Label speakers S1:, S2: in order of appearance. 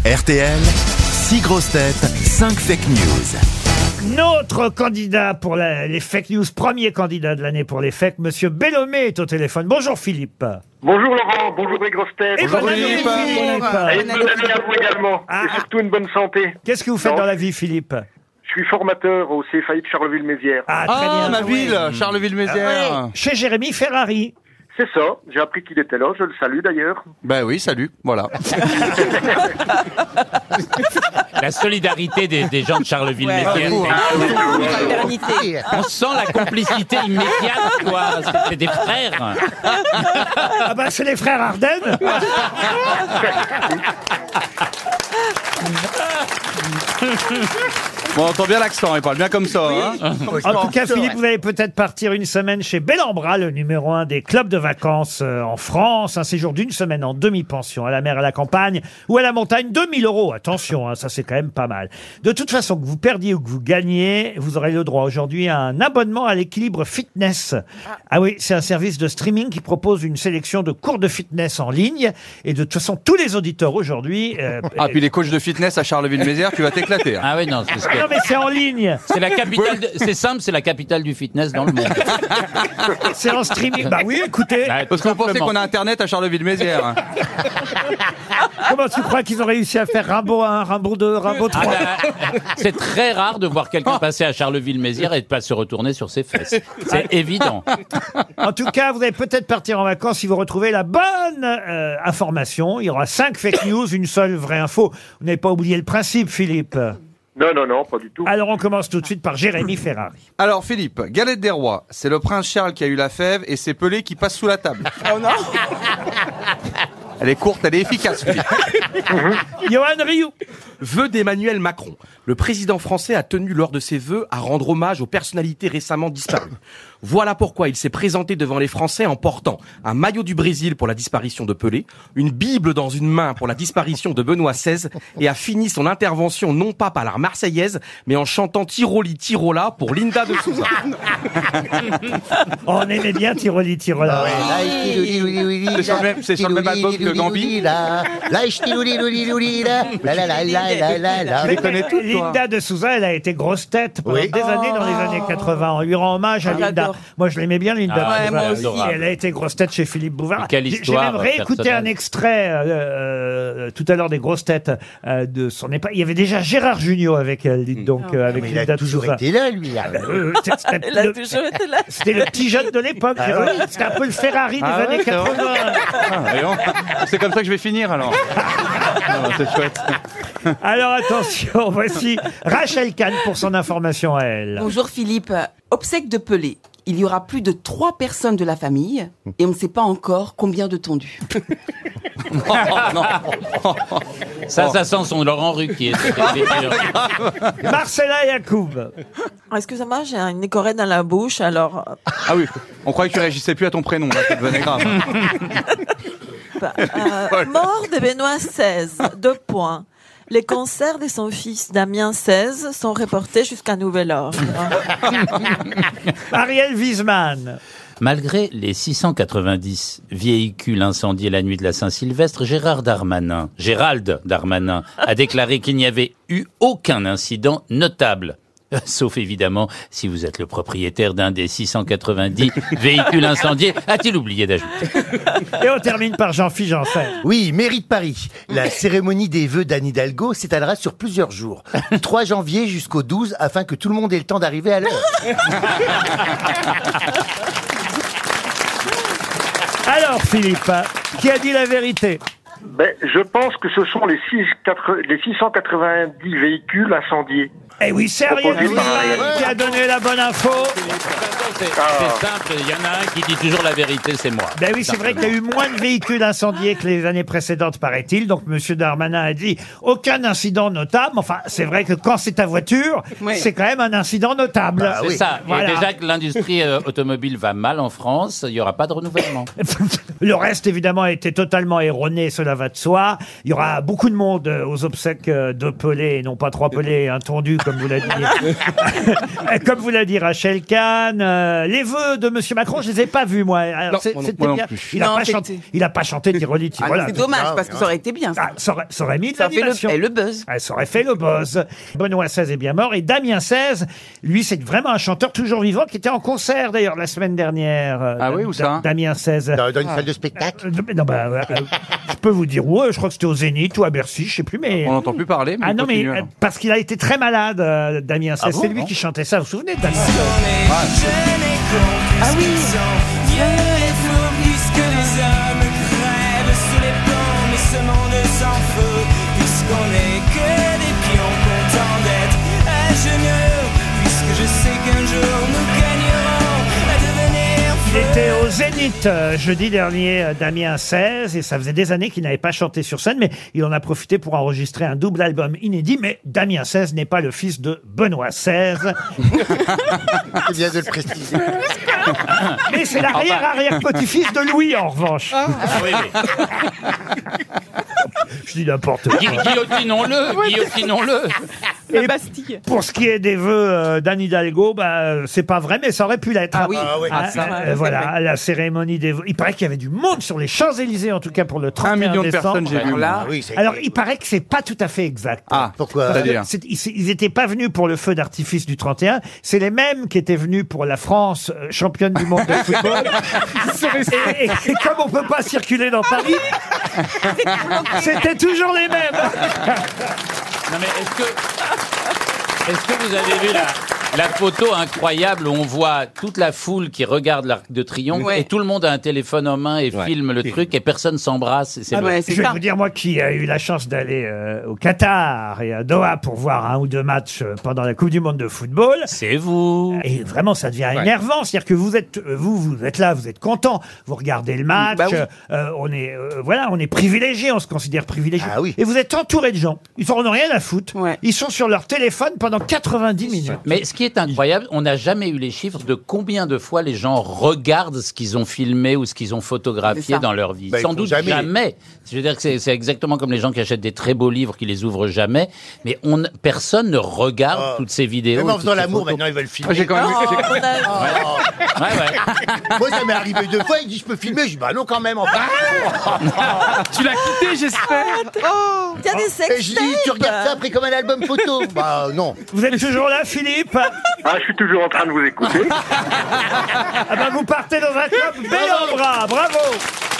S1: RTL, 6 grosses têtes, 5 fake news.
S2: Notre candidat pour la- les fake news, premier candidat de l'année pour les fake, Monsieur Bellomé est au téléphone. Bonjour Philippe.
S3: Bonjour Laurent, bonjour les grosses têtes.
S2: Et bonne année,
S4: Philippe.
S3: Et
S2: Philippe.
S3: une bonne année à vous également.
S2: Ah,
S3: Et
S2: ah.
S3: surtout une bonne santé.
S2: Qu'est-ce que vous faites
S3: Non.
S2: dans la vie, Philippe
S3: Je suis formateur au CFAI de Charleville-Mézières.
S2: Ah, très
S4: Ah,
S2: bien. Ah,
S4: ma ville, Charleville-Mézières.
S2: Chez Jérémy Ferrari.
S3: C'est ça, j'ai appris qu'il était là, je le salue d'ailleurs.
S4: Ben oui, salut, voilà.
S5: La solidarité des, des gens de Charleville-Mézières.
S4: Ouais,
S5: On sent la complicité immédiate, quoi. C'est- C'est des frères.
S2: Ah bah c'est les frères Ardennes.
S4: Bon, on entend bien l'accent, il parle bien comme ça. hein.
S2: En tout cas, Philippe, vous allez peut-être partir une semaine chez Bellambra, le numéro un des clubs de vacances euh, en France. Un séjour d'une semaine en demi-pension à la mer, à la campagne ou à la montagne. 2000 euros. Attention, hein, ça c'est quand même pas mal. De toute façon, que vous perdiez ou que vous gagniez, vous aurez le droit aujourd'hui à un abonnement à l'équilibre fitness. Ah oui, c'est un service de streaming qui propose une sélection de cours de fitness en ligne. Et de toute façon, tous les auditeurs aujourd'hui... euh,
S4: Ah, puis les coachs de fitness à Charleville-Mézières, tu vas t'éclater. hein.
S5: Ah oui, non, c'est ce que-
S2: Non mais c'est en ligne
S5: C'est la capitale. de- C'est simple, c'est la capitale du fitness dans le monde.
S2: C'est en streaming Bah oui, écoutez
S4: Parce qu'on pensait
S5: Simplement.
S4: qu'on a Internet à Charleville-Mézières. hein.
S2: Comment tu crois qu'ils ont réussi à faire Rimbaud 1, Rimbaud 2, Rimbaud 3
S5: Ah bah, c'est très rare de voir
S4: Oh.
S5: quelqu'un passer à Charleville-Mézières et de pas se retourner sur ses fesses. C'est évident.
S2: En tout cas, vous allez peut-être partir en vacances si vous retrouvez la bonne euh, information. Il y aura 5 fake news, une seule vraie info. Vous n'avez pas oublié le principe, Philippe.
S3: Non, non, non, pas du tout.
S2: Alors on commence tout de suite par Jérémy Ferrari.
S4: Alors Philippe, galette des rois, c'est le prince Charles qui a eu la fève et c'est Pelé qui passe sous la table. Oh non Elle est courte, elle est efficace. Philippe.
S2: Johan Rioux.
S6: Vœu d'Emmanuel Macron. Le président français a tenu lors de ses vœux à rendre hommage aux personnalités récemment disparues. Voilà pourquoi il s'est présenté devant les Français en portant un maillot du Brésil pour la disparition de Pelé, une Bible dans une main pour la disparition de Benoît XVI et a fini son intervention non pas par la Marseillaise, mais en chantant Tiroli Tirola pour Linda de Souza.
S2: Oh, on aimait bien Tiroli Tirola.
S4: C'est sur le même- c'est sur le même album que Gambi.
S2: Mais-
S4: les connais toutes, toi.
S2: Linda de Souza, elle a été grosse tête pendant
S7: Oui.
S2: des années dans
S5: Ah.
S2: les années 80. On lui rend hommage à Linda.
S8: l'adore.
S2: Moi, je l'aimais bien, Linda.
S5: Ah,
S2: de
S5: ouais,
S2: Souza.
S5: moi aussi. Adorable.
S2: Elle a été grosse tête chez Philippe Bouvard.
S5: Et quelle
S2: J'ai- J'ai
S5: histoire,
S2: même réécouté
S5: personnelle.
S2: un extrait euh, euh, tout à l'heure des grosses têtes euh, de son époque. Il y avait déjà Gérard Junior avec elle, dites donc, euh, avec
S7: Mais il
S2: Linda
S7: a
S2: de
S7: toujours
S2: Souza.
S7: été là, lui. hein. là.
S2: Euh, c'est- c'était
S8: Elle a
S2: le-
S8: toujours été là.
S2: C'était le petit jeune de l'époque. c'est vrai. C'était un peu le Ferrari des
S4: Ah ouais,
S2: années
S4: c'est vrai.
S2: 80.
S4: Ah, voyons. C'est comme ça que je vais finir alors. Ah, c'est chouette.
S2: Alors attention, voici Rachel Kahn pour son information à elle.
S8: Bonjour Philippe. Obsèque de Pelé. Il y aura plus de trois personnes de la famille et on ne sait pas encore combien de tondus.
S5: Ça, ça sent son Laurent Ruquier. c'est évident.
S2: Marcella Yacoub.
S8: Oh, Excusez-moi, j'ai une écorée dans la bouche, alors euh,
S4: Ah oui, on croyait que tu réagissais plus à ton prénom, là, ça devenait grave.
S8: bah, euh, mort de Benoît XVI. Deux points. Les concerts de son fils Damien XVI sont reportés jusqu'à nouvel ordre.
S2: Ariel Wiesman.
S5: Malgré les 690 véhicules incendiés la nuit de la Saint-Sylvestre, Gérard Darmanin, Gérald Darmanin, a déclaré qu'il n'y avait eu aucun incident notable. Euh, Sauf évidemment si vous êtes le propriétaire d'un des 690 véhicules incendiés, a-t-il oublié d'ajouter.
S2: Et on termine par Jean-Philippe Janssen.
S7: Oui, mairie de Paris. La cérémonie des vœux d'Anne Hidalgo s'étalera sur plusieurs jours. Du 3 janvier jusqu'au 12 afin que tout le monde ait le temps d'arriver à l'heure.
S2: Alors, Philippe, qui a dit la vérité
S3: Ben, je pense que ce sont les, six- quatre- les 690 véhicules incendiés.
S2: Eh oui, c'est Ariel
S3: Proposé par
S2: Wiesmann
S3: Ariel.
S2: qui a donné la bonne info.
S5: C'est c'est simple, il y en a un qui dit toujours la vérité, c'est moi.
S2: Ben oui, c'est vrai qu'il y a eu moins de véhicules incendiés que les années précédentes, paraît-il. Donc, Monsieur Darmanin a dit aucun incident notable. Enfin, c'est vrai que quand c'est ta voiture,
S8: Oui.
S2: c'est quand même un incident notable.
S7: Bah
S5: C'est
S7: oui.
S5: ça.
S2: Voilà.
S5: Et déjà que l'industrie euh, automobile va mal en France, il n'y aura pas de renouvellement.
S2: Le reste, évidemment, a été totalement erroné, cela ça va de soi. Il y aura beaucoup de monde euh, aux obsèques euh, de Pelé, et non pas trois Pelé, un tondu, comme vous l'a dit. comme vous l'a dit Rachel Kahn. Euh, les vœux de Monsieur Macron, je les ai pas vus, moi. Alors,
S4: Non,
S2: c'est-
S4: moi non-
S2: c'était
S4: moi non
S2: bien.
S4: plus.
S2: Il a
S9: Non,
S2: pas
S9: c'est-
S2: chanté, il a pas chanté Tiroliti.
S9: Ah,
S2: voilà.
S9: C'est dommage, parce que ça aurait été bien. Ça,
S2: Ah, ça, aurait, ça aurait mis de
S9: Ça fait le,
S2: l'animation.
S9: eh, le buzz.
S2: Ah, ça aurait fait le buzz. Benoît XVI est bien mort et Damien XVI, lui, c'est vraiment un chanteur toujours vivant qui était en concert d'ailleurs la semaine dernière. euh,
S4: Ah oui,
S2: Da-
S4: où ça
S2: Da- Damien XVI.
S7: Dans, dans une salle de spectacle
S2: Euh, mais non, bah, euh, je peux vous dire où, euh, je crois que c'était au Zénith ou à Bercy, je sais plus, mais.
S4: On n'entend plus parler, mais
S2: Ah non, mais
S4: continue,
S2: euh,
S4: alors. Ah
S2: parce qu'il a été très malade, euh, Damien XVI.
S4: bon
S2: c'est lui
S4: Non.
S2: qui chantait ça, vous vous souvenez de Damien XVI
S9: Ah oui.
S2: Il était au Zénith euh, jeudi dernier, euh, Damien 16, et ça faisait des années qu'il n'avait pas chanté sur scène, mais il en a profité pour enregistrer un double album inédit. Mais Damien 16 n'est pas le fils de Benoît 16,
S7: C'est bien de le préciser.
S2: mais c'est l'arrière-arrière-petit-fils de Louis, en revanche.
S7: Ah.
S2: Je dis n'importe quoi.
S5: Guillotinons-le, guillotinons-le.
S9: La Bastille.
S2: Pour ce qui est des vœux euh, d'Anne Hidalgo, bah, euh, c'est pas vrai, mais ça aurait pu l'être.
S9: Ah oui. Ah
S7: ouais.
S2: Ah,
S9: Ah, ça,
S2: euh,
S9: ouais, c'est
S2: voilà,
S9: vrai.
S2: à la cérémonie des vœux. Il paraît qu'il y avait du monde sur les Champs-Élysées, en tout cas pour le 31
S4: Un million de
S2: décembre.
S4: personnes, j'ai vu.
S7: Ah oui, c'est-
S2: Alors, il paraît que c'est pas tout à fait exact.
S4: Ah,
S7: Pourquoi
S4: c'est-à-dire
S2: C'est- Ils ils étaient pas venus pour le feu d'artifice du 31. C'est les mêmes qui étaient venus pour la France euh, championne du monde de football. et, et- et comme on peut pas circuler dans Paris,
S4: Ah
S2: c'était toujours les mêmes.
S5: Non mais est-ce que est-ce que vous avez vu la, la photo incroyable où on voit toute la foule qui regarde l'Arc de Triomphe
S9: Ouais.
S5: et tout le monde a un téléphone en main et filme le truc et personne s'embrasse. et c'est
S9: Ah
S5: le-
S9: ouais,
S2: Je
S9: c'est
S2: vais
S9: ça.
S2: vous dire, moi qui a eu la chance d'aller euh, au Qatar et à Doha pour voir un ou deux matchs euh, pendant la Coupe du Monde de football.
S5: C'est vous.
S2: Et vraiment, ça devient énervant. C'est-à-dire que vous êtes, euh, vous, vous êtes là, vous êtes content, vous regardez le match.
S9: Bah oui.
S2: euh, on est, euh, voilà, on est privilégié, on se considère privilégié.
S7: Ah oui.
S2: Et vous êtes entouré de gens. Ils n'en ont rien à foutre.
S9: Ouais.
S2: Ils sont sur leur téléphone pendant 90 minutes.
S5: Mais ce qui est incroyable, on n'a jamais eu les chiffres de combien de fois les gens regardent ce qu'ils ont filmé ou ce qu'ils ont
S9: C'est
S5: photographié
S9: ça.
S5: dans leur vie.
S7: Bah, ils
S5: Sans
S7: font
S5: doute
S7: jamais.
S5: jamais. Je veux dire que c'est c'est exactement comme les gens qui achètent des très beaux livres qui les ouvrent jamais, mais on, personne ne regarde
S7: Oh.
S5: toutes ces vidéos.
S7: Même en
S5: toutes
S7: faisant
S5: ces
S7: l'amour,
S5: photos.
S7: maintenant ils veulent
S4: Moi,
S7: filmer.
S4: j'ai quand même
S9: Oh,
S4: vu- j'ai-
S8: On a-
S5: Ouais, ouais.
S7: Moi, ça m'est arrivé deux fois, il dit je peux filmer. Je dis bah non, quand même. Enfin.
S6: Tu l'as quitté, j'espère
S8: Il y a des
S7: Et je dis tu regardes ça
S8: sextapes
S7: après comme un album photo. Bah non.
S2: Vous êtes toujours là, Philippe
S3: Ah, je suis toujours en train de vous écouter.
S2: Ah ben, vous partez dans un club Bellambra. Bravo.